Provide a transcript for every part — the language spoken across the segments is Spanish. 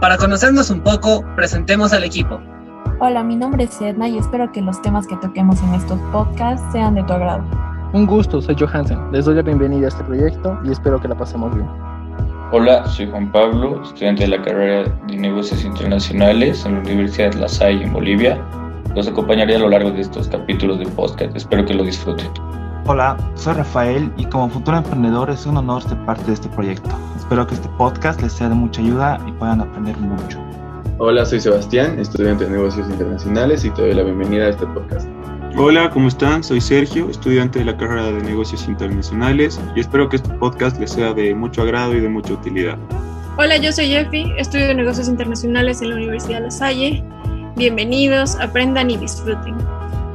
Para conocernos un poco, presentemos al equipo. Hola, mi nombre es Edna y espero que los temas que toquemos en estos podcasts sean de tu agrado. Un gusto, soy Johansen. Les doy la bienvenida a este proyecto y espero que la pasemos bien. Hola, soy Juan Pablo, estudiante de la carrera de Negocios Internacionales en la Universidad de La Salle en Bolivia. Los acompañaré a lo largo de estos capítulos de podcast. Espero que lo disfruten. Hola, soy Rafael y como futuro emprendedor es un honor ser parte de este proyecto. Espero que este podcast les sea de mucha ayuda y puedan aprender mucho. Hola, soy Sebastián, estudiante de negocios internacionales y te doy la bienvenida a este podcast. Hola, ¿cómo están? Soy Sergio, estudiante de la carrera de negocios internacionales y espero que este podcast les sea de mucho agrado y de mucha utilidad. Hola, yo soy Jeffy, estudio de negocios internacionales en la Universidad de La Salle. Bienvenidos, aprendan y disfruten.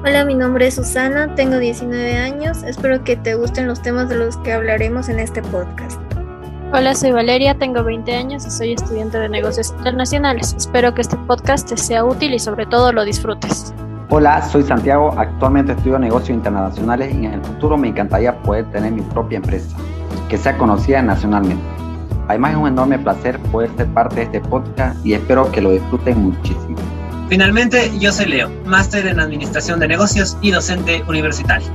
Hola, mi nombre es Susana, tengo 19 años, espero que te gusten los temas de los que hablaremos en este podcast. Hola, soy Valeria, tengo 20 años y soy estudiante de negocios internacionales. Espero que este podcast te sea útil y sobre todo lo disfrutes. Hola, soy Santiago, actualmente estudio negocios internacionales y en el futuro me encantaría poder tener mi propia empresa, que sea conocida nacionalmente. Además es un enorme placer poder ser parte de este podcast y espero que lo disfruten muchísimo. Finalmente, yo soy Leo, máster en Administración de Negocios y docente universitario.